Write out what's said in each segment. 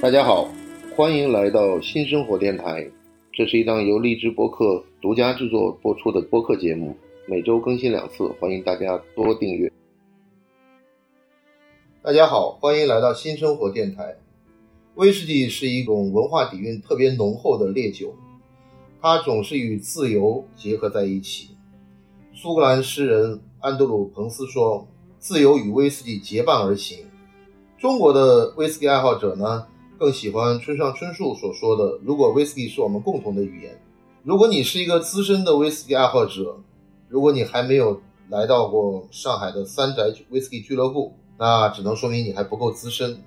大家好，欢迎来到新生活电台，这是一档由荔枝播客独家制作播出的播客节目，每周更新两次，欢迎大家多订阅。大家好，欢迎来到新生活电台。威士忌是一种文化底蕴特别浓厚的烈酒，它总是与自由结合在一起。苏格兰诗人安德鲁·彭斯说：“自由与威士忌结伴而行。”中国的威士忌爱好者呢，更喜欢村上春树所说的：“如果威士忌是我们共同的语言，如果你是一个资深的威士忌爱好者，如果你还没有来到过上海的三宅威士忌俱乐部，那只能说明你还不够资深。”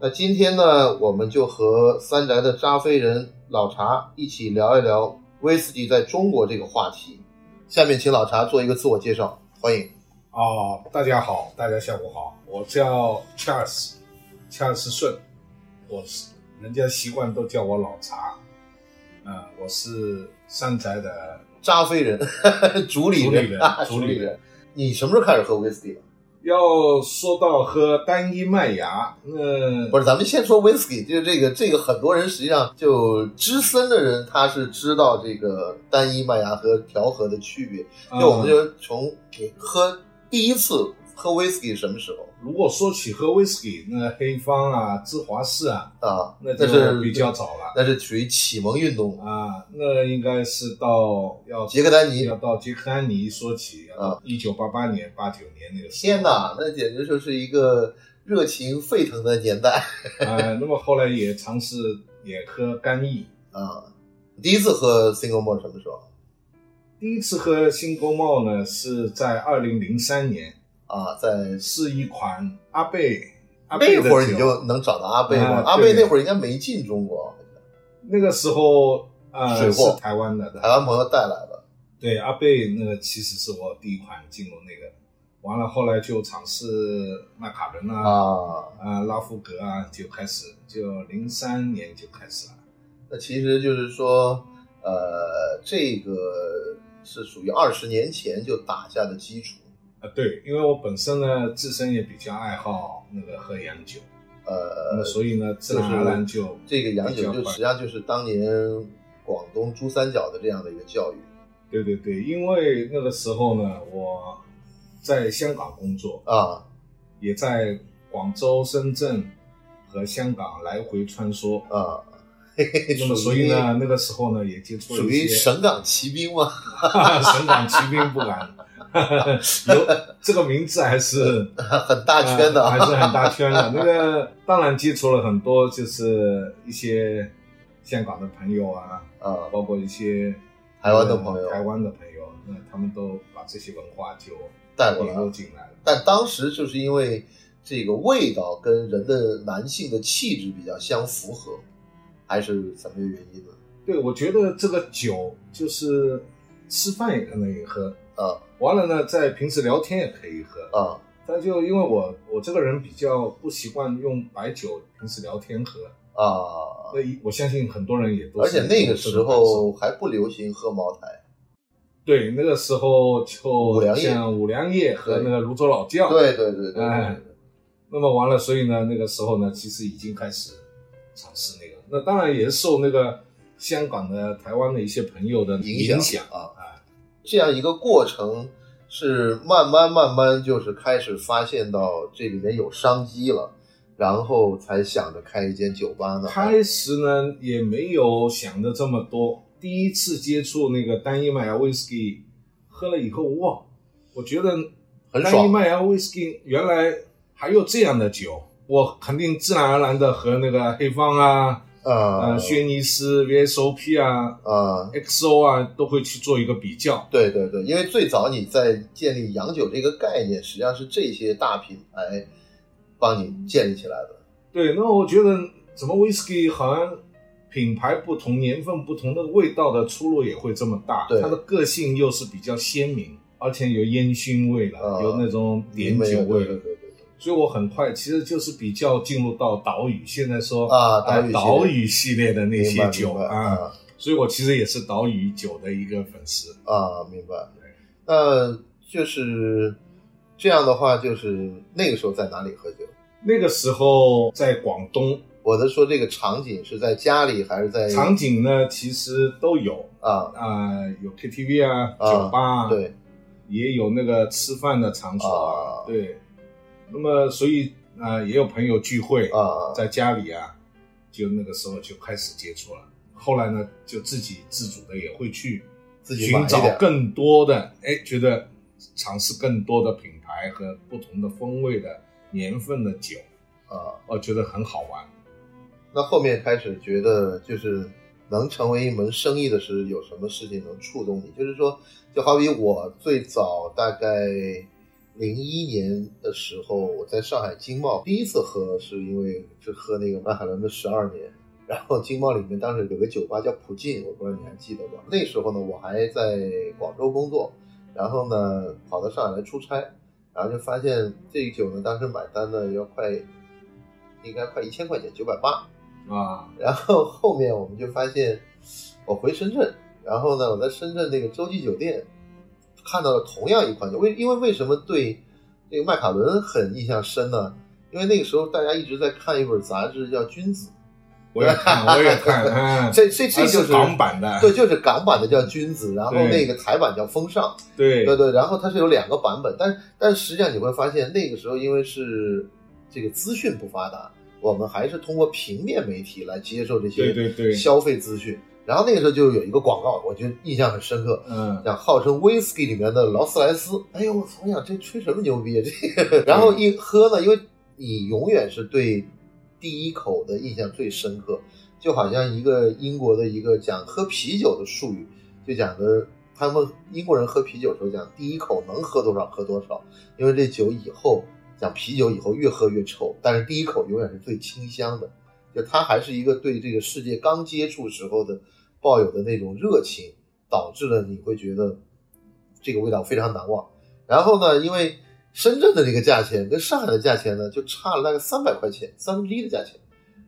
那今天呢，我们就和三宅的扎飞人老茶一起聊一聊威士忌在中国这个话题。下面请老茶做一个自我介绍，欢迎。哦，大家好，大家下午好，我叫 Charles，查尔斯顺，我是人家习惯都叫我老茶，嗯、我是三宅的，扎飞人， 主理主理人人啊，主主理理人人。你什么时候开始喝威士忌的？要说到喝单一麦芽，那、不是，咱们先说 whisky，就是这个这个，很多人实际上就资深的人，他是知道这个单一麦芽和调和的区别。嗯就我们就从你喝第一次喝 whisky 什么时候如果说起喝威士忌，那黑方啊、芝华士啊，啊？那那是就比较早了那是属于启蒙运动。啊，那应该是到要杰克丹尼啊要到杰克丹尼说起，一九八八年、八九年那个时候天哪，那简直就是一个热情沸腾的年代 呃，那么后来也尝试也喝干邑，啊！第一次喝 single malt 什么时候第一次喝新公帽呢是在二零零三年，啊？在是一款阿贝阿贝那的酒。会儿你就能找到阿贝了。啊阿贝对那会儿应该没进中国，那个时候呃水货是台湾的，对台湾朋友带来的。对阿贝那个其实是我第一款进入那个，完了后来就尝试麦卡伦啊啊，啊拉夫格啊就开始，就零三年就开始了。那其实就是说，呃，这个是属于二十年前就打下的基础。啊，对，因为我本身呢自身也比较爱好那个喝洋酒，那呃，所以呢自然就是而然就这个洋酒比较就快实际上就是当年广东珠三角的这样的一个教育对对对，因为那个时候呢，我在香港工作，啊也在广州、深圳和香港来回穿梭。呃啊。嘿嘿嘿那么所以呢，那个时候呢，也接触了啊属于，属一于些 省港骑兵嘛， 省港骑兵不敢， 有这个名字还是很 大圈的呃还啊。是很大圈的。那个当然接触了很多，就是一些香港的朋友啊，啊包括一些台湾的朋友呃台湾的朋友，那他们都把这些文化就带过来引入进来了。但当时就是因为这个味道跟人的男性的气质比较相符合，还是什么原因呢？对，我觉得这个酒就是吃饭也可能也喝，啊完了呢，在平时聊天也可以喝。啊但就因为我我这个人比较不习惯用白酒平时聊天喝，啊！所以我相信很多人也都而是且那个有这时种感受候还不流行喝茅台，对那个时候就五粮液像五粮液和那个泸州老窖，对对对对对哎，那么完了，所以呢，那个时候呢，其实已经开始尝试那个。那当然也是受那个香港的、台湾的一些朋友的影响。啊哎，这样一个过程是慢慢慢慢就是开始发现到这里面有商机了，然后才想着开一间酒吧呢。开始呢也没有想的这么多，第一次接触那个单一麦芽威士忌，喝了以后哇，我觉得很爽单一麦芽威士忌原来还有这样的酒，我肯定自然而然的和那个黑方啊、啊呃轩尼诗、VSOP 啊、啊， XO 啊都会去做一个比较。对对对，因为最早你在建立洋酒这个概念，实际上是这些大品牌帮你建立起来的。对，那我觉得怎么威士忌好像品牌不同、年份不同，那个味道的出入也会这么大。对它的个性又是比较鲜明，而且有烟熏味了，啊有那种你碘们酒有味对了。对对对所以我很快其实就是比较进入到岛屿，现在说啊岛屿系列呃岛屿系列的那明白些明酒白啊，所以我其实也是岛屿酒的一个粉丝。啊，明白对。那就是这样的话，就是那个时候在哪里喝酒那个时候在广东我的说这个场景是在家里还是在场景呢，其实都有啊？啊、有 KTV 啊，啊酒吧啊，，对，也有那个吃饭的场所啊对。那么，所以啊、也有朋友聚会啊在家里啊，就那个时候就开始接触了。后来呢，就自己自主的也会去自己买寻一找点更多的，哎，觉得尝试更多的品牌和不同的风味的年份的酒，啊。我觉得很好玩。那后面开始觉得就是能成为一门生意的是有什么事情能触动你？就是说，就好比我最早大概零一年的时候，我在上海经贸第一次喝，是因为是喝那个曼海伦的十二年。然后经贸里面当时有个酒吧叫普进，我不知道你还记得吧？那时候呢，我还在广州工作，然后呢跑到上海来出差，然后就发现这个酒呢，当时买单呢要快，应该快一千块钱，九百八。啊，然后 后面我们就发现，我回深圳，然后呢，我在深圳那个洲际酒店看到了同样一款酒。为因为为什么对这个麦卡伦很印象深呢？因为那个时候大家一直在看一本杂志叫《君子我也看，我也看，啊》， 这这这它就是港版的对，就是港版的叫《君子》，然后对那个台版叫《风尚》。对对对，然后它是有两个版本，但但实际上你会发现，那个时候因为是这个资讯不发达，我们还是通过平面媒体来接受这些对对对，消费资讯。然后那个时候就有一个广告，我觉得印象很深刻，嗯，讲号称 whisky 里面的劳斯莱斯。哎呦，我从想这吹什么牛逼啊？这个， 然后一喝呢，因为你永远是对第一口的印象最深刻，就好像一个英国的一个讲喝啤酒的术语，就讲的他们英国人喝啤酒的时候讲第一口能喝多少喝多少，因为这酒以后讲啤酒以后越喝越臭，但是第一口永远是最清香的，就他还是一个对这个世界刚接触时候的抱有的那种热情，导致了你会觉得这个味道非常难忘。然后呢，因为深圳的这个价钱跟上海的价钱呢，就差了大概三百块钱，三分之一的价钱。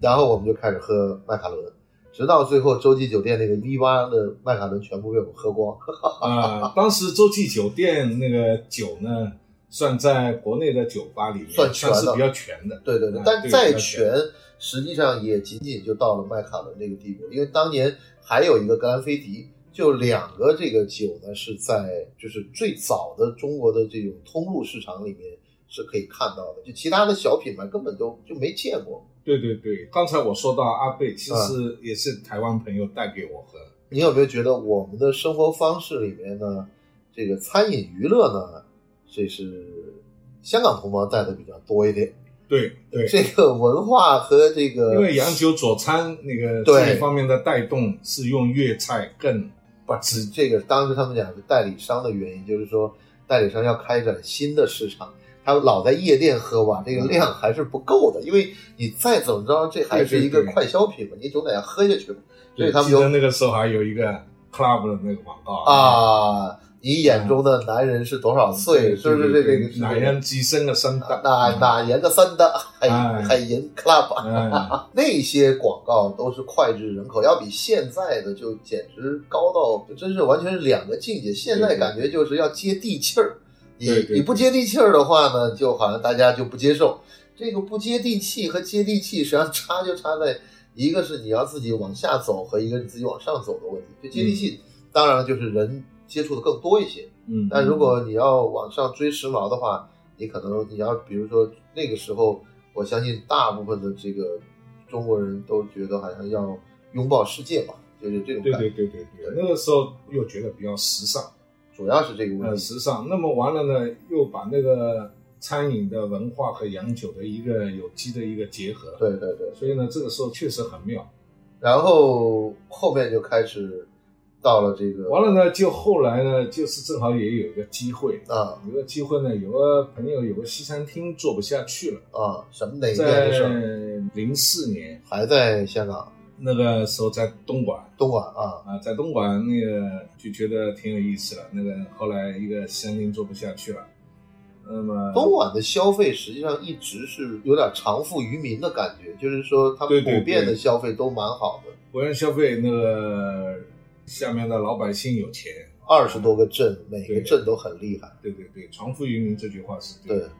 然后我们就开始喝麦卡伦，直到最后洲际酒店那个 V 八的麦卡伦全部被我们喝光。 啊，当时洲际酒店那个酒呢，算在国内的酒吧里面算全的是比较全的，对对对啊，但对再了解全实际上也仅仅就到了麦卡伦这个地步，因为当年还有一个格兰菲迪，就两个这个酒呢是在就是最早的中国的这种通路市场里面是可以看到的，就其他的小品牌根本就就没见过。对对对。刚才我说到阿贝，其实嗯也是台湾朋友带给我喝，你有没有觉得我们的生活方式里面呢，这个餐饮娱乐呢，这是香港同胞带的比较多一点，对对。这个文化和这个因为洋酒佐餐那个对这一方面的带动是用粤菜更不止这个当时他们讲是代理商的原因，就是说代理商要开展新的市场，他老在夜店喝吧，这个嗯量还是不够的，因为你再怎么着，这还是一个对对对快消品嘛，你总得要喝下去嘛，所以他们记得就那个时候还有一个 club 的那个广告，啊，你眼中的男人是多少岁？对是不是对这对这个哪人几升个生哪的？哪哪研个三的 海嗯哎海银 club？啊嗯，那些广告都是脍炙人口，要比现在的就简直高到，就真是完全是两个境界。现在感觉就是要接地气儿，你对对对你不接地气儿的话呢，就好像大家就不接受。这个不接地气和接地气，实际上差就差在一个是你要自己往下走，和一个你自己往上走的问题。就接地气，当然就是人接触的更多一些。嗯，但如果你要往上追时髦的话，你可能你要比如说那个时候，我相信大部分的这个中国人都觉得好像要拥抱世界嘛，就是这种对感觉，对对对对，那个时候又觉得比较时尚，主要是这个问呃，题。时尚。那么完了呢，又把那个餐饮的文化和洋酒的一个有机的一个结合。，对对对，所以呢，这个时候确实很妙。然后后面就开始到了这个完了呢，就后来呢，就是正好也有一个机会，啊有个机会呢，有个朋友有个西餐厅做不下去了，啊什么哪一年在的事儿，零四年还在香港那个时候在东莞。东莞啊啊，在东莞那个就觉得挺有意思了。那个后来一个西餐厅做不下去了，那么东莞的消费实际上一直是有点偿富于民的感觉，就是说他对们对对普遍的消费都蛮好的，国人消费那个下面的老百姓有钱，二十多个镇，每个对镇都很厉害。对对对，“床富于民”这句话是对的。对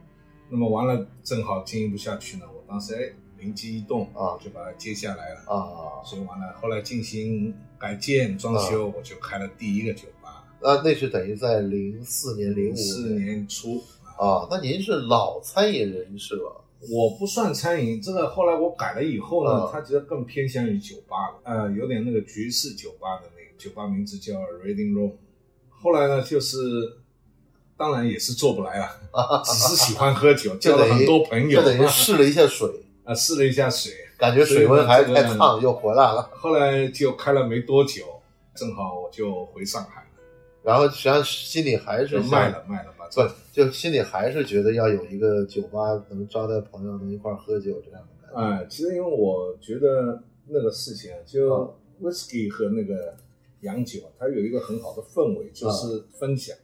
那么完了，正好经营不下去呢，我当时哎灵机一动啊就把它接下来了。啊，所以完了，后来进行改建装修，我就开了第一个酒吧，那那是等于在零四年、零四五年初。啊，那您是老餐饮人士了我不算餐饮，这个后来我改了以后呢嗯，它其实更偏向于酒吧了，呃，有点那个爵士酒吧的那个酒吧名字叫 Reading Room。后来呢，就是当然也是做不来了，只是喜欢喝酒，交就了等于很多朋友就，等于试了一下水，啊，试了一下水，感觉水温还是太烫，又回来了。后来就开了没多久，正好我就回上海了，然后实际上心里还是就想卖，了卖了吧，不这就心里还是觉得要有一个酒吧能招待朋友，能一块儿喝酒这样的感觉。哎，其实因为我觉得那个事情啊，嗯就 whisky 和那个洋酒啊，它有一个很好的氛围，就是嗯分享。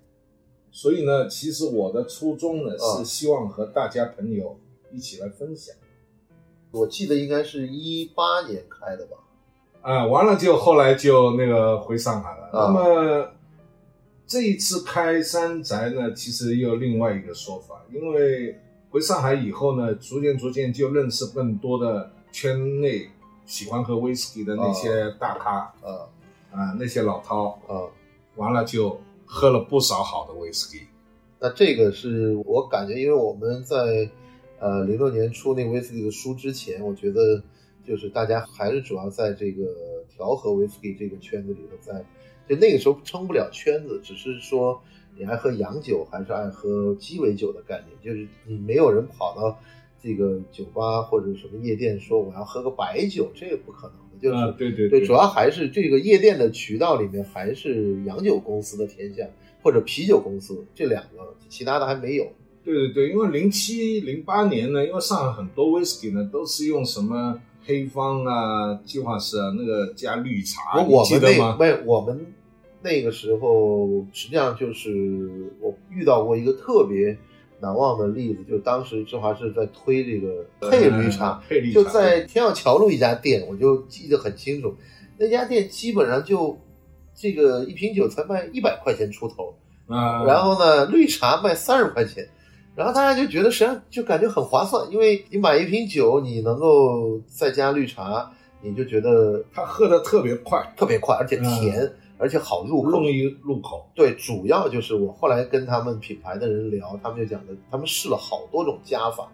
所以呢，其实我的初衷呢嗯是希望和大家朋友一起来分享。我记得应该是一八年开的吧？啊，完了就后来就那个回上海了。啊那么这一次开山宅呢，其实又有另外一个说法，因为回上海以后呢，逐渐逐渐就认识更多的圈内喜欢喝威士忌的那些大咖啊啊，那些老饕，啊，完了就喝了不少好的威士忌。那这个是我感觉，因为我们在呃零六年出那个威士忌的书之前，我觉得就是大家还是主要在这个调和威士忌这个圈子里头在，就那个时候称不了圈子，只是说你爱喝洋酒还是爱喝鸡尾酒的概念，就是你没有人跑到这个酒吧或者什么夜店说我要喝个白酒，这也不可能的，就是、啊，对对对，主要还是这个夜店的渠道里面还是洋酒公司的天下，或者啤酒公司这两个，其他的还没有。对对对，因为零七零八年呢，因为上海很多 whisky 呢都是用什么黑方啊、计划式啊那个加绿茶，我我啊你记们得那吗？没有我们那个时候，实际上就是我遇到过一个特别难忘的例子，就是当时芝华士在推这个配绿茶，嗯，配绿茶就在天耀桥路一家店，我就记得很清楚，那家店基本上就这个一瓶酒才卖一百块钱出头。啊，然后呢，绿茶卖三十块钱，然后大家就觉得实际上就感觉很划算，因为你买一瓶酒，你能够再加绿茶，你就觉得他喝的特别快，特别快，而且甜，而且好入口嗯容。易入口。对，主要就是我后来跟他们品牌的人聊，他们就讲的，他们试了好多种加法，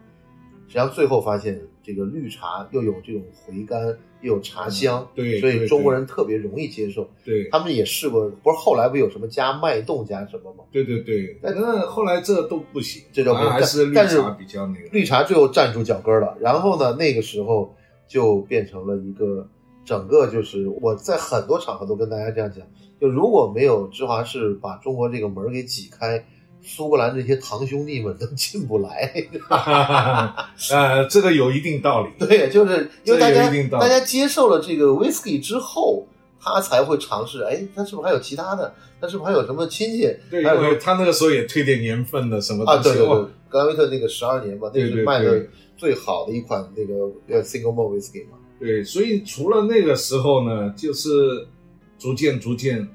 实际上最后发现这个绿茶又有这种回甘，又有茶香，嗯对所对以对中国人特别容易接受。对他们也试过，不是后来不有什么加脉动加什么吗？对对对，但那后来这都不行，这就不反而还是绿但是茶比较那个。 绿茶最后站住脚跟了。然后呢，那个时候就变成了一个整个就是我在很多场合都跟大家这样讲，就如果没有芝华士把中国这个门儿给挤开，苏格兰这些堂兄弟们都进不来。 呃，这个有一定道理。对，就是因为大这有家一定道理大家接受了这个 whisky 之后。他才会尝试，哎，他是不是还有其他的？他是不是还有什么亲戚？对，还有因为他那个时候也推点年份的什么啊，东对西，对对哇，格兰威特那个十二年嘛，那对是对卖的对最好的一款那个呃 single malt whisky 嘛。对，所以除了那个时候呢，就是逐渐逐渐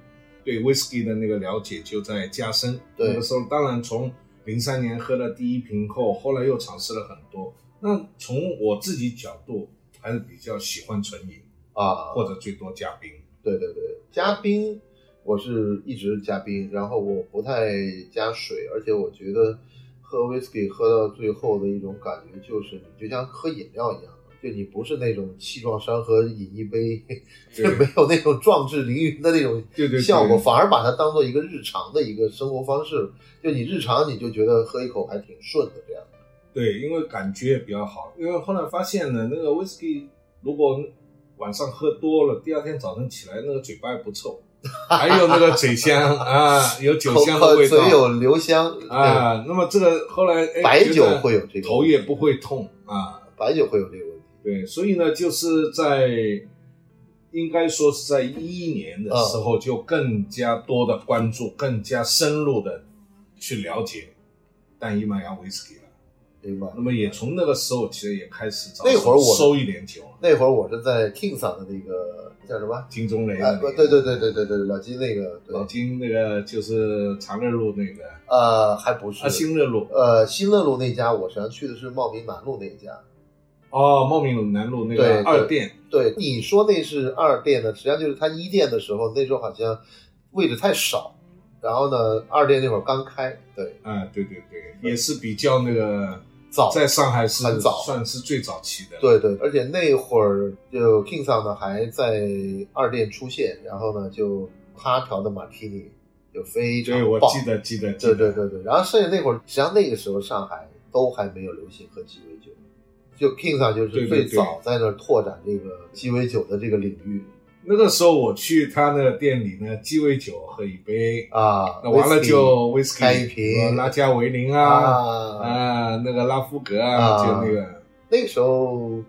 对 whisky 的那个了解就在加深。对那个时候当然从零三年喝了第一瓶后，后来又尝试了很多。那从我自己角度，还是比较喜欢纯饮啊，或者最多加冰。对对对，加冰我是一直加冰，然后我不太加水，而且我觉得喝 whisky 喝到最后的一种感觉就是，你就像喝饮料一样，就你不是那种气壮山河饮一杯，就 对没有那种壮志凌云的那种对对对效果，反而把它当做一个日常的一个生活方式，就你日常你就觉得喝一口还挺顺的这样。对，因为感觉比较好。因为后来发现呢，那个 whisky 如果晚上喝多了，第二天早晨起来那个嘴巴也不臭， 还有那个嘴香啊，有酒口香的口味道。嘴有留香，啊，那么这个后来哎对白酒觉得会有这个头也不会痛啊，白酒会有这个问题。对，所以呢，就是在应该说是在一一年的时候，就更加多的关注，更加深入的去了解淡伊麦芽威士忌了。明白。那么也从那个时候，其实也开始找那会儿我收一点酒了，啊那会儿我是在 King 上的那个叫什么？金钟雷啊的、，不对对对对，对对，老金那个，对老，金那个就是长乐路那个啊呃，还不是啊，新乐路呃新乐路那家，我实际上去的是茂名南路那一家，哦，茂名南路那对个二店，对，你说那是二店呢，实际上就是它一店的时候，那时候好像位置太少，然后呢，二店那会儿刚开，对，嗯，对对对，也是比较那个早，在上海是很早算是最早期的。对对，而且那会儿就 King 上呢还在二店出现，然后呢就他调的马提尼就非常对，我棒，记得记得记对得，对对对，然后剩下那会儿，实际上那个时候上海都还没有流行喝鸡尾酒，就 King 上就对是对最对早在那儿拓展这个鸡尾酒的这个领域那个时候我去他那个店里呢，鸡尾酒喝一杯，啊。那完了 whisky 就 whisky 开一瓶呃拉加维宁啊啊，啊，那个拉夫格啊啊，就那个那个时候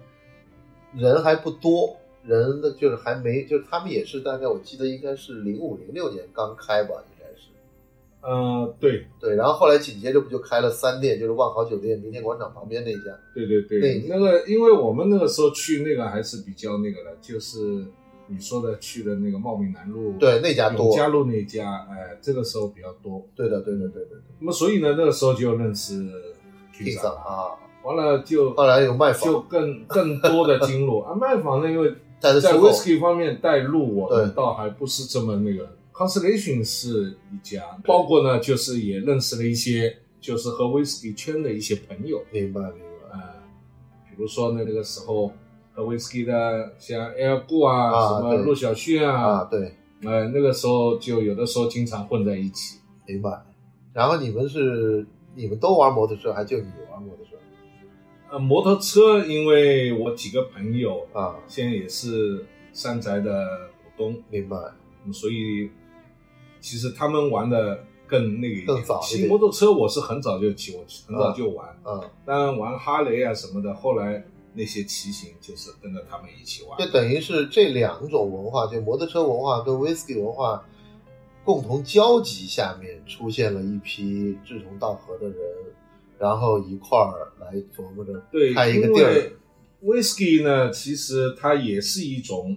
人还不多，人的就是还没，就是他们也是大概我记得应该是零五零六年刚开吧，应该是呃，对对。然后后来紧接着不就开了三店，就是万豪酒店明天广场旁边那家对对对对，那个因为我们那个时候去那个还是比较那个的，就是你说的去的那个茂名南路，对那家多永嘉路那一家，哎，这个时候比较多。对的，对的，对的对的，那么所以呢，那个时候就认识 Q 地上啊，完了就后来有卖房就更更多的 经络啊，卖房呢，因为但是在出口 whisky 方面带入，我们对倒还不是这么那个。Constellation 是一家，包括呢，就是也认识了一些，就是和 whisky 圈的一些朋友，明白明白呃，比如说呢，那个时候和 whisky 的像 Air Gu 啊，啊什么对陆小旭啊，啊，对，呃，那个时候就有的时候经常混在一起。明白。然后你们是你们都玩摩托车，还就你玩摩托车呃，摩托车，因为我几个朋友啊？现在也是山宅的股东，明白，嗯所以其实他们玩的更那个一点。更早一点骑摩托车我是很早就骑，我很早就玩。嗯，当然玩哈雷啊什么的，后来那些骑行就是跟着他们一起玩就。等于是这两种文化，就摩托车文化跟 whisky 文化共同交集下面，出现了一批志同道合的人，然后一块儿来琢磨着对，开一个因地儿为 whisky 呢，其实它也是一种，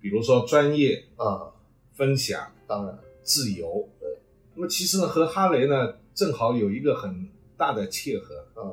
比如说专业啊、分享、当然，自由。对。那么其实呢，和哈雷呢，正好有一个很大的切合。啊、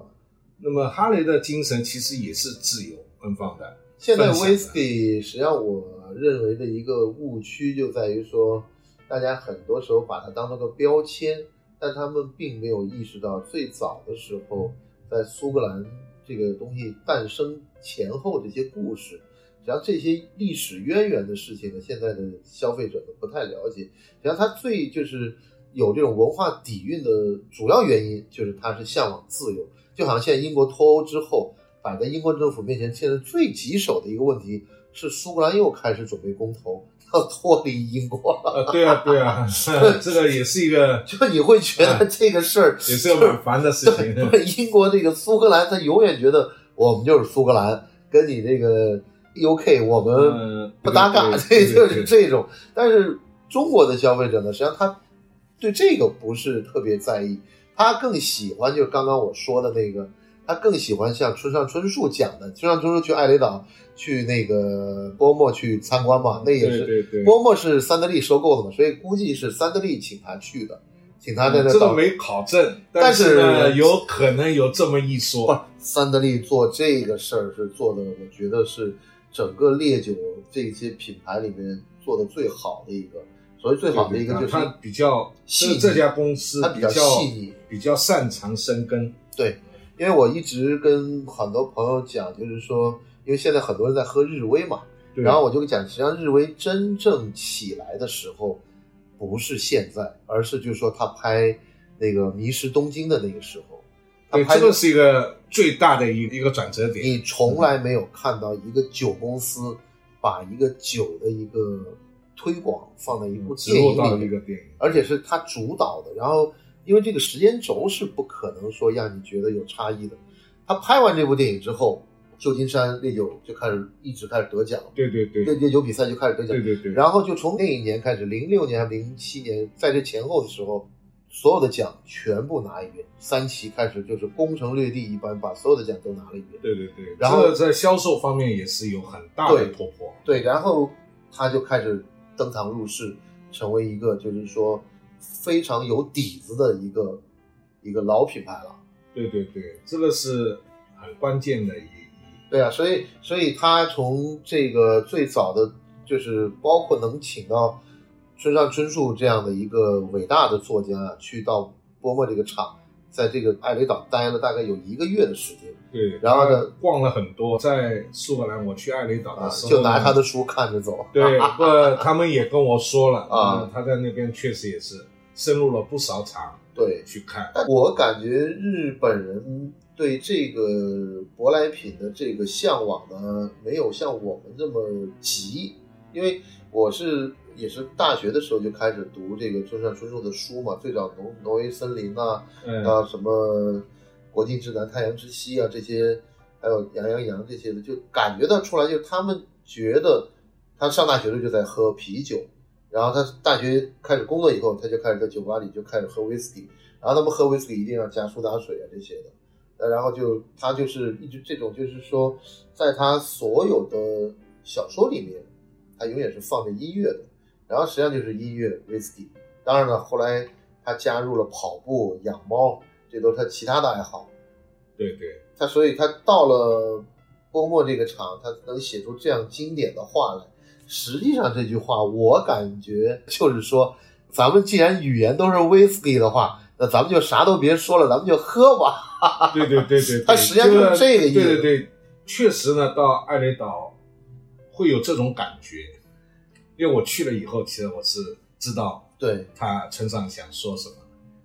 那么哈雷的精神其实也是自由奔放的。现在分享的 whisky 实际上我认为的一个误区就在于说，大家很多时候把它当做个标签，但他们并没有意识到最早的时候，在苏格兰这个东西诞生前后这些故事。实际上这些历史渊源的事情呢，现在的消费者呢不太了解。实际上它最就是有这种文化底蕴的主要原因，就是它是向往自由。就好像现在英国脱欧之后，摆在英国政府面前，现在最棘手的一个问题是，苏格兰又开始准备公投，要脱离英国了。呃，对啊，对啊， 这个也是一个，就你会觉得这个事儿哎也是个蛮烦的事情。不是英国这个苏格兰，他永远觉得我们就是苏格兰，跟你这个 UK 我们嗯不搭嘎，对 这就对对是这种。但是中国的消费者呢，实际上他对这个不是特别在意，他更喜欢就是刚刚我说的那个，他更喜欢像村上春树讲的，村上春树去艾雷岛去那个波莫去参观嘛，那也是对对对，波莫是三得利收购的嘛，所以估计是三得利请他去的，请他在那嗯这岛个没考证，但是呢，是有可能有这么一不是说。三得利做这个事儿是做的，我觉得是整个烈酒这些品牌里面做的最好的一个。所谓最好的一个就是它比较，细这腻这家公司它比较比细腻，比较擅长深耕。因为我一直跟很多朋友讲，就是说，因为现在很多人在喝日威嘛，对然后我就讲，实际上日威真正起来的时候，不是现在，而是就是说他拍那个《迷失东京》的那个时候，他对，拍这个是一个最大的一一个转折点。你从来没有看到一个酒公司把一个酒的一个推广放在一部嗯植电入影里到一面，个电影，而且是他主导的。然后，因为这个时间轴是不可能说让你觉得有差异的。他拍完这部电影之后，旧金山烈酒就开始一直开始得奖，对对对烈烈酒比赛就开始得奖对。对对，然后就从那一年开始，零六年还是零七年，在这前后的时候，所有的奖全部拿一遍。三旗开始就是攻城略地一般，把所有的奖都拿了一遍。对对对，然后这个在销售方面也是有很大的对突破。对，然后他就开始登堂入室，成为一个就是说非常有底子的一个一个老品牌了。对对对，这个是很关键的一一对啊，所以所以他从这个最早的就是包括能请到村上春树这样的一个伟大的作家啊去到波莫这个厂，在这个艾雷岛待了大概有一个月的时间对，然后呢，逛了很多，在苏格兰，我去艾雷岛啊的时，候，就拿他的书看着走。 对，不，他们也跟我说了啊嗯他在那边确实也是深入了不少场对，去看，但我感觉日本人对这个舶来品的这个向往呢，没有像我们这么急，因为我是也是大学的时候就开始读这个村上春树的书嘛，最早《挪挪威森林》呐，嗯，啊什么《国境之南》《太阳之西》啊这些，还有《羊羊羊》这些的，就感觉到出来，就是他们觉得他上大学的时候就在喝啤酒，然后他大学开始工作以后，他就开始在酒吧里就开始喝威士忌，然后他们喝威士忌一定要加苏打水啊这些的，呃然后就他就是一直这种，就是说，在他所有的小说里面，他永远是放着音乐的，然后实际上就是音乐威士忌。当然了，后来他加入了跑步、养猫，这都是他其他的爱好。对对，他所以他到了波莫这个厂，他能写出这样经典的话来。实际上这句话，我感觉就是说，咱们既然语言都是 whisky 的话，那咱们就啥都别说了，咱们就喝吧。对对对对，他实际上就是这对个意思对对对，确实呢，到艾雷岛会有这种感觉，因为我去了以后，其实我是知道对，他村上想说什么，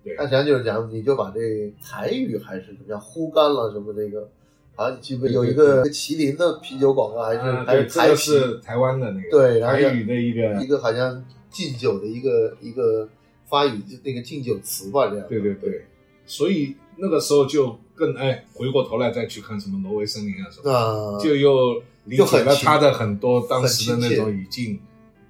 对，那实际上就是讲，你就把这台语还是什么样，呼干了什么这个，好像记不有一个麒麟的啤酒广告，还啊是还对，是这台个啤是台湾的那个对然后台就语的一个一个好像敬酒的一个一个发语那个敬酒词吧，这样。对对对，所以那个时候就更哎，回过头来再去看什么挪威森林啊什么，那就又理嗯就解很了亲他的很多当时的很亲切那种语境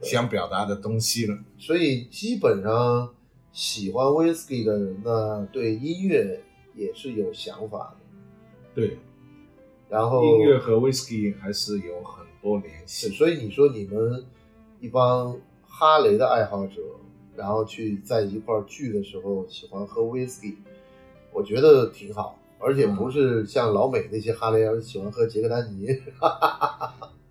想表达的东西了。所以基本上喜欢 whisky 的人呢，对音乐也是有想法的。对，然后音乐和 whisky 还是有很多联是，系。所以你说你们一帮哈雷的爱好者，然后去在一块儿聚的时候喜欢喝 whisky，我觉得挺好，而且嗯不是像老美那些哈雷，而是喜欢喝杰克丹尼。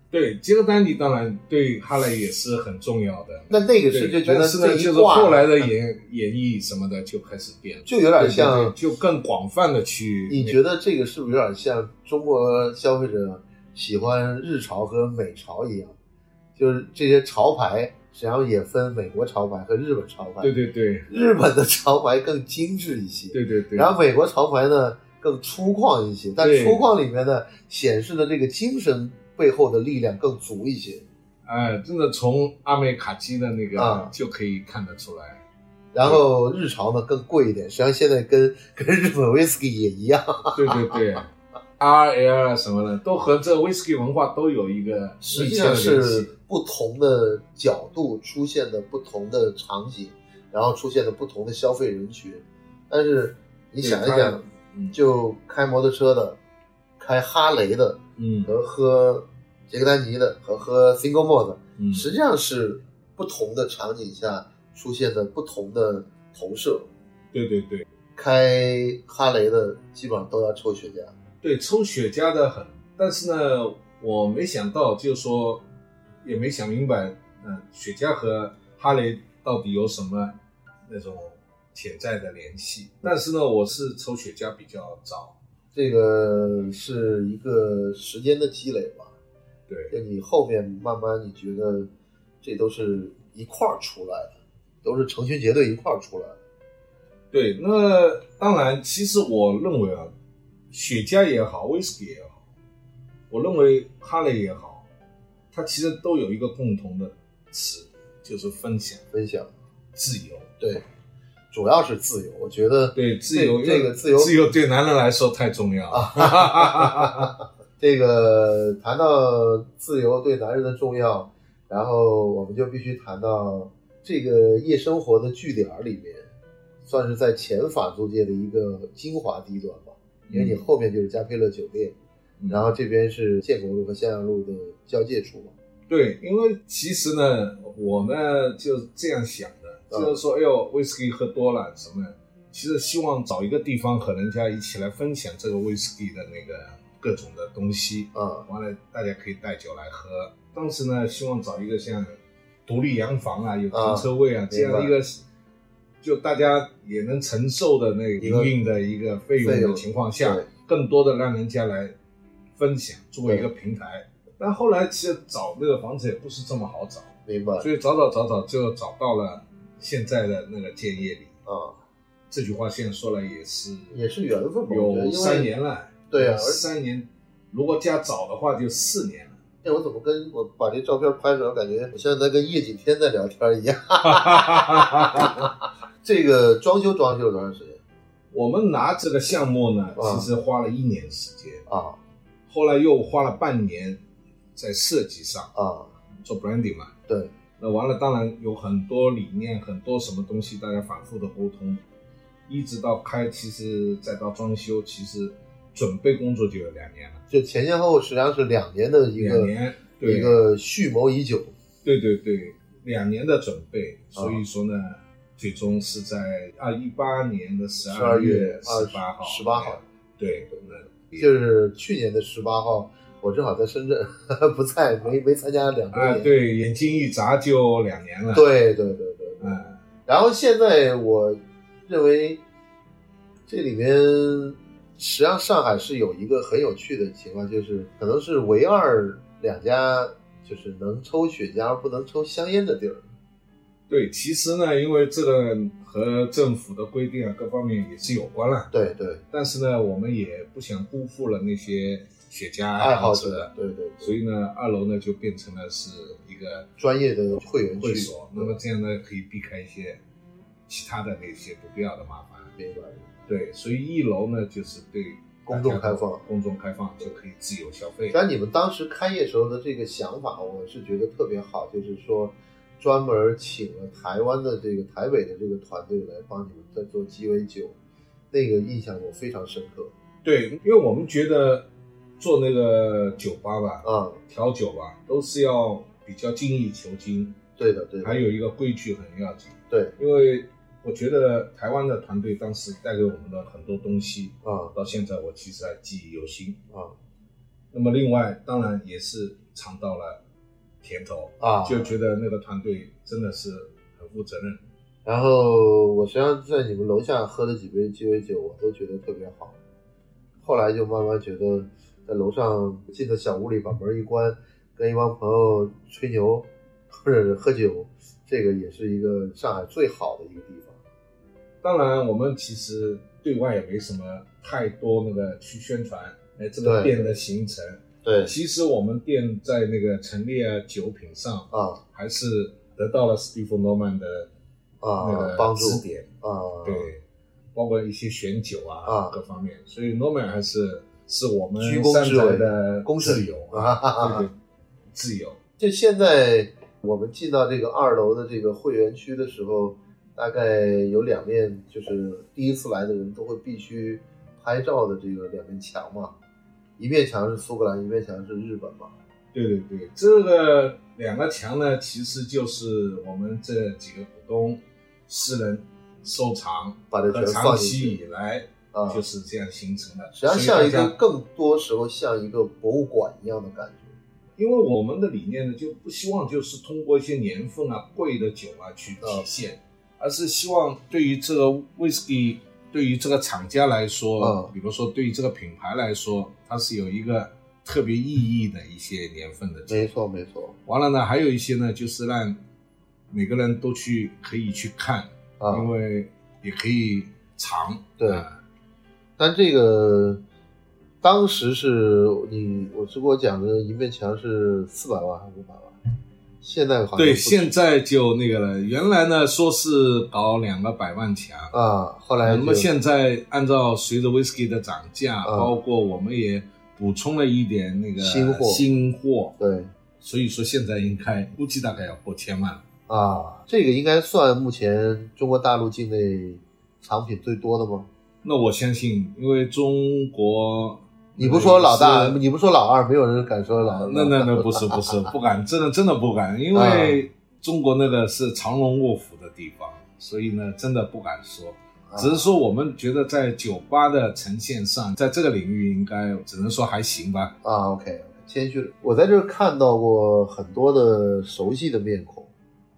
对，杰克丹尼当然对哈雷也是很重要的。那那个对是就觉得但是呢，这就是一挂后来的演演绎什么的就开始变了，就有点像对对对就更广泛的去你觉得这个是不是有点像中国消费者喜欢日潮和美潮一样？就是这些潮牌实际上也分美国潮牌和日本潮牌。对对对日本的潮牌更精致一些，对对对，然后美国潮牌呢更粗犷一些，但对粗犷里面呢显示的这个精神背后的力量更足一些。哎，真的从阿美卡基的那啊个就可以看得出来。然后日潮呢更贵一点，实际上现在跟跟日本 whisky 也一样，对对对，R L 啊什么的，都和这 whisky 文化都有一个实密际切的上联系。是不同的角度出现的不同的场景，然后出现的不同的消费人群。但是你想一对想它，嗯就开摩托车的、开哈雷的嗯和喝杰克丹尼的和喝 Single Malt 的，嗯，实际上是不同的场景下出现的不同的投射。对对对开哈雷的基本上都要抽雪茄，对，抽雪茄的很，但是呢，我没想到，就是说，也没想明白，嗯、雪茄和哈雷到底有什么那种潜在的联系。但是呢，我是抽雪茄比较早，这个是一个时间的积累吧。对，就你后面慢慢你觉得这都是一块儿出来的，都是成群结队一块儿出来的。对，那当然，其实我认为啊，雪茄也好，威士忌也好，我认为哈雷也好，它其实都有一个共同的词，就是分享、分享自由。对，主要是自由，我觉得对，自由，这因个为自由啊自由对男人来说太重要了。这个谈到自由对男人的重要，然后我们就必须谈到这个夜生活的据点儿里面，算是在前法租界的一个精华地段吧，因为嗯你后面就是加佩勒酒店，然后这边是建国路和襄阳路的交界处嘛。对，因为其实呢，我呢就是这样想的，嗯就是说，哎呦，威士忌喝多了什么，其实希望找一个地方和人家一起来分享这个威士忌的那个各种的东西，啊完了大家可以带酒来喝。当时呢，希望找一个像独立洋房啊，有停车位啊、这样一个，就大家也能承受的那个一个营运的一个费用费的用情况下对，更多的让人家来分享，作为一个平台。但后来其实找那个房子也不是这么好找，明白所以找找找找就找到了现在的那个建业里。啊，这句话现在说来也是也是缘分吧我觉得有因为三年了，对啊而三年，如果加早的话就四年了。哎，我怎么跟我把这照片拍出来，感觉我现在在跟叶景天在聊天一样。这个装修装修了多长时间 我们拿这个项目呢，啊其实花了一年时间，啊后来又花了半年在设计上啊？做 branding 嘛。对，那完了，当然有很多理念，很多什么东西，大家反复的沟通，一直到开，其实再到装修，其实准备工作就有两年了，就前前后后实际上是两年的一两个年，对一个蓄谋已久。对对对，两年的准备，所啊以说呢，最终是在二一八年的十12月月十八号， 18号，对，那就是去年的十八号，我正好在深圳， 不在，没没参加两周啊，年。对，眼睛一眨就两年 了，，对对对对对。嗯，然后现在我认为这里面实际上上海是有一个很有趣的情况，就是可能是唯二两家就是能抽雪茄不能抽香烟的地儿。对，其实呢，因为这个和政府的规定啊，各方面也是有关了，对对，但是呢，我们也不想辜负了那些雪茄爱好者者，，对对对，所以呢，二楼呢就变成了是一个专业的会员会区，所，那么这样呢可以避开一些其他的那些不必要的麻烦。明白了？对，所以一楼呢就是对公众开放公众开放就可以自由消费。但你们当时开业时候的这个想法，我是觉得特别好，就是说专门请了台湾的这个台北的这个团队来帮你们在做鸡尾酒，那个印象我非常深刻对，因为我们觉得做那个酒吧吧，啊、调酒吧都是要比较精益求精，对的，对的，还有一个规矩很要紧。对，因为我觉得台湾的团队当时带给我们的很多东西，啊到现在我其实还记忆犹新。啊那么另外当然也是尝到了甜头，啊！就觉得那个团队真的是很负责任。然后我实际上在你们楼下喝了几杯鸡尾酒，我都觉得特别好。后来就慢慢觉得，在楼上进的小屋里把门一关，跟一帮朋友吹牛或者是喝酒，这个也是一个上海最好的一个地方。当然，我们其实对外也没什么太多那个去宣传，哎，这个对店的形成。对其实我们店在那个陈列啊、酒品上，啊还是得到了 Stephen Norman 的那啊，个帮助指点，啊， 对，包括一些选酒啊啊各方面。所以 Norman 还是是我们居功三至伟宅的功自臣由啊哈哈哈对对，自由。就现在我们进到这个二楼的这个会员区的时候，大概有两面，就是第一次来的人都会必须拍照的这个两面墙嘛，一面墙是苏格兰，一面墙是日本嘛。对对对，这个两个墙呢，其实就是我们这几个股东私人收藏把这和全长放进期去以来啊就是这样形成的。实际上像一所以个大家，更多时候像一个博物馆一样的感觉因为我们的理念呢，就不希望就是通过一些年份啊、贵的酒啊去体现，而是希望对于这个 whisky，对于这个厂家来说，啊比如说对于这个品牌来说，它是有一个特别意义的一些年份的酒。。没错，没错完了呢，还有一些呢，就是让每个人都去可以去看，因啊。为也可以尝。对啊但这个当时是你，我是给我讲的，一面墙是四百万还是五百万？现在好像对，不止现在就那个了。原来呢，说是搞两个百万强，啊，后来嗯那么就现在按照随着 whisky 的涨价，啊包括我们也补充了一点那个新货新货，对所以说现在应该估计大概要过千万了。啊，这个应该算目前中国大陆境内产品最多的吗？那我相信，因为中国。你不说老大，嗯是你不说老二，没有人敢说老那那那不是不是不敢，真的真的不敢，因嗯为中国那个是藏龙卧虎的地方，所以呢真的不敢说。嗯只是说我们觉得在酒吧的呈现上，在这个领域应该只能说还行吧。啊，OK，谦虚了。我在这儿看到过很多的熟悉的面孔，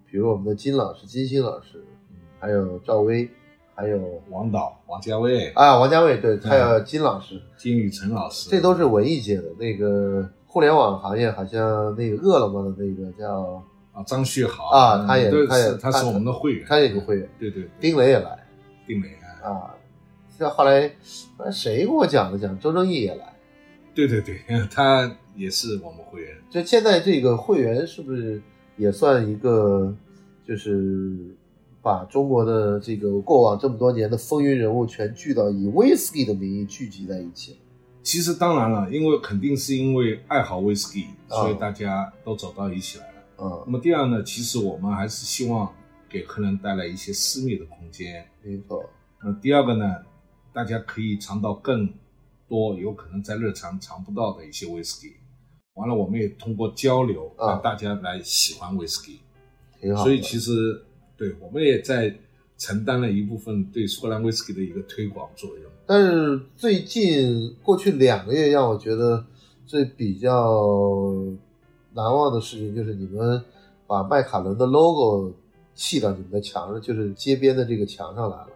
比如我们的金老师、金星老师，嗯还有赵薇，还有王导、王家卫、啊王家卫，对，还嗯有金老师，金宇澄老师，这都是文艺界的。那个互联网行业好像那个饿了么的那个叫啊张旭豪啊他也对他也是他他是我们的会员，他也是会员，对对对丁磊也来丁磊啊，啊。这后来，后来谁给我讲了讲，周正义也来。对对对， 他也是我们会员。就现在这个会员是不是也算一个，就是把中国的这个过往这么多年的风云人物全聚到以威士忌的名义聚集在一起？其实当然了，因为肯定是因为爱好威士忌，啊所以大家都走到一起来了。嗯那，么第二呢，其实我们还是希望给客人带来一些私密的空间。没错，那第二个呢，大家可以尝到更多有可能在日常尝不到的一些威士忌。完了，我们也通过交流啊让大家来喜欢威士忌。挺好的。所以其实对我们也在承担了一部分对苏格兰威士忌的一个推广作用。但是最近过去两个月让我觉得最比较难忘的事情，就是你们把麦卡伦的 logo 砌到你们的墙上，就是街边的这个墙上来了。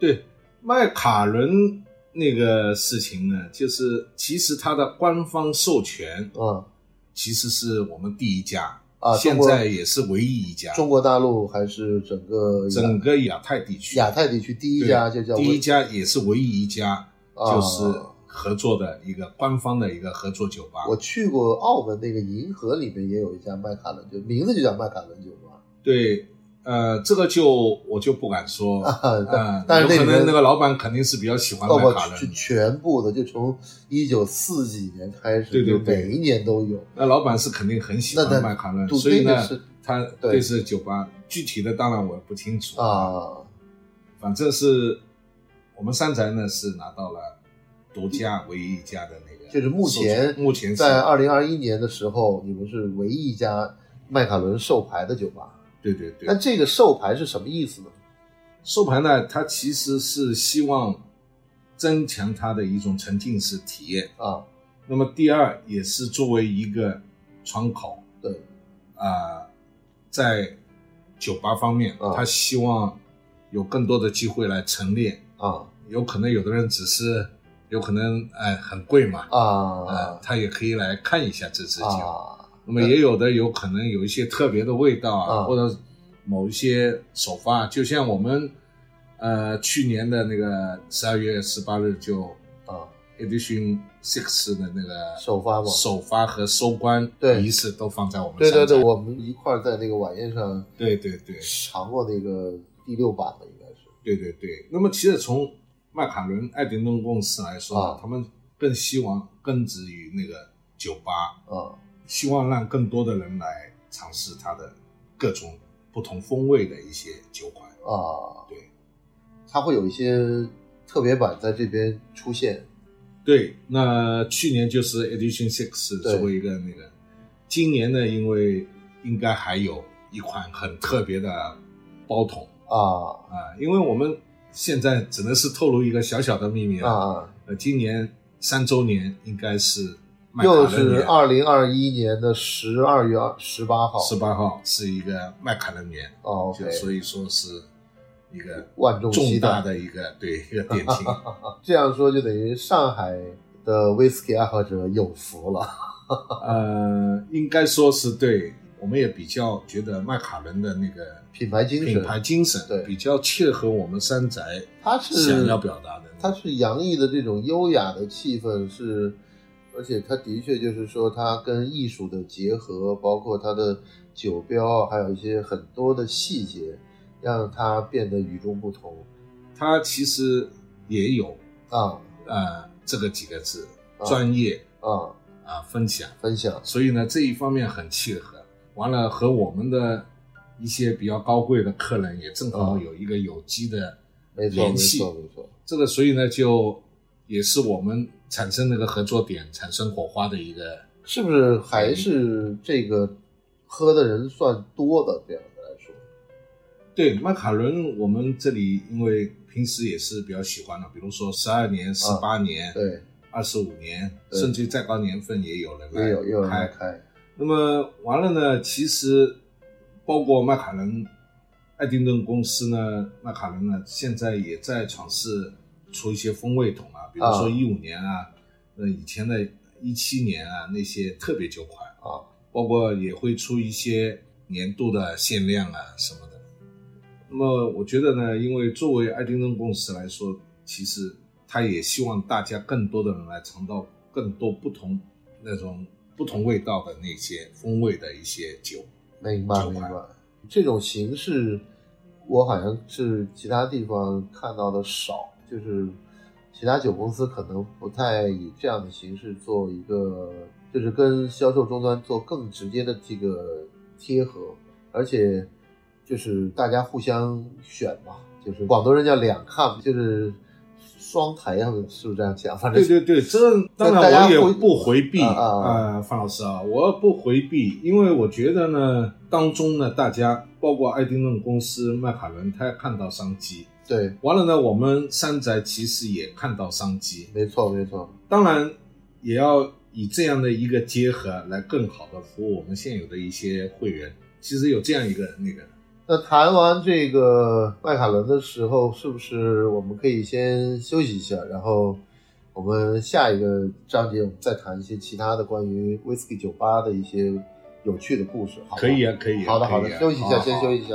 对麦卡伦那个事情呢，就是其实它的官方授权嗯其实是我们第一家，啊，中现国在也是唯一一家，中国大陆还是整个亚整个亚太地区亚太地区第一对家就叫第一威家也是唯一一家，啊就是合作的一个官方的一个合作酒吧。我去过澳门那个银河里面也有一家麦卡伦酒，名字就叫麦卡伦酒吧。对，呃，这个就我就不敢 说，啊呃，但是那有可里面能那个老板肯定是比较喜欢包麦括卡是伦，全部的，就从一九四几年开始，对对对就每一年都有。那老板是肯定很喜那欢他麦卡伦，赌所以那个呢是，他对对这个酒吧具体的当然我也不清楚，啊，反正是我们三宅呢是拿到了独家唯一一家的那个授权，就是目前目前是在二零二一年的时候，你们是唯一一家麦卡伦授牌的酒吧。对对对那，这个授牌是什么意思呢？收盘呢，它其实是希望增强它的一种沉浸式体验。啊，那么第二，也是作为一个窗口对，啊、在酒吧方面啊，他希望有更多的机会来陈列。啊有可能有的人只是，有可能哎很贵嘛，呃啊，他也可以来看一下这支酒。啊，那么也有的有可能有一些特别的味道啊啊，或者某一些手法，就像我们呃去年的那个十二月十八日就啊 Edition Six 的那个首发吗首发和收官对仪式都放在我们对对对，上我们一块儿在那个晚宴上对对对尝过那个第六版的，应该是对对对。那么其实从麦卡伦爱丁顿公司来说，啊他们更希望根植于那个酒吧，啊希望让更多的人来尝试它的各种不同风味的一些酒款。啊，对，它会有一些特别版在这边出现对，那去年就是 Edition Six 对作为一个那个，今年呢，因为应该还有一款很特别的包桶啊啊，因为我们现在只能是透露一个小小的秘密啊啊，啊，呃，今年三周年应该是麦卡又伦是年，二零二一年的十二月十八号十八号是一个麦卡伦年，哦，OK，就所以说是一个万众期重大待。的一个对一个点睛。这样说就等于上海的威士忌爱好者有福 了呃，应该说是对，我们也比较觉得麦卡伦的那个品牌精神品牌精神对比较切合我们山宅它是想要表达的那它个。是洋溢的这种优雅的气氛是，而且它的确就是说它跟艺术的结合，包括它的酒标，还有一些很多的细节，让它变得与众不同它其实也有啊呃这个几个字，啊专业啊！啊、分享，分享所以呢这一方面很契合。完了和我们的一些比较高贵的客人也正好啊有一个有机的没错没联系，错没错这个所以呢就也是我们产生那个合作点产生火花的一个。是不是还是这个喝的人算多的这样的来说对麦卡伦，我们这里因为平时也是比较喜欢的，比如说十二年、十八年、啊对，二十五年，对甚至于再高年份也有人来也有也有人来开。开，那么完了呢，其实包括麦卡伦、爱丁顿公司呢，麦卡伦呢现在也在尝试出一些风味桶啊，比如啊说一五年啊，那、以前的一七年啊那些特别酒款啊，包括也会出一些年度的限量啊什么的。那么我觉得呢，因为作为爱丁顿公司来说，其实他也希望大家更多的人来尝到更多不同那种不同味道的那些风味的一些酒。明白酒明款白。这种形式，我好像是其他地方看到的少，就是其他酒公司可能不太以这样的形式做一个，就是跟销售终端做更直接的这个贴合，而且就是大家互相选嘛，就是广东人叫两看，就是双台呀，是不是这样讲？反正对对对，这当大家然我也互不回避啊啊啊呃，范老师啊，我不回避，因为我觉得呢，当中呢，大家包括爱丁顿公司、麦卡伦，他看到商机。对，完了呢，我们山宅其实也看到商机，没错没错，当然也要以这样的一个结合来更好的服务我们现有的一些会员。其实有这样一个那个，那谈完这个麦卡伦的时候，是不是我们可以先休息一下，然后我们下一个章节我们再谈一些其他的关于 whisky 酒吧的一些有趣的故事，好吗可以啊，可以啊、好的可以好的，啊啊休息一下，先休息。一下。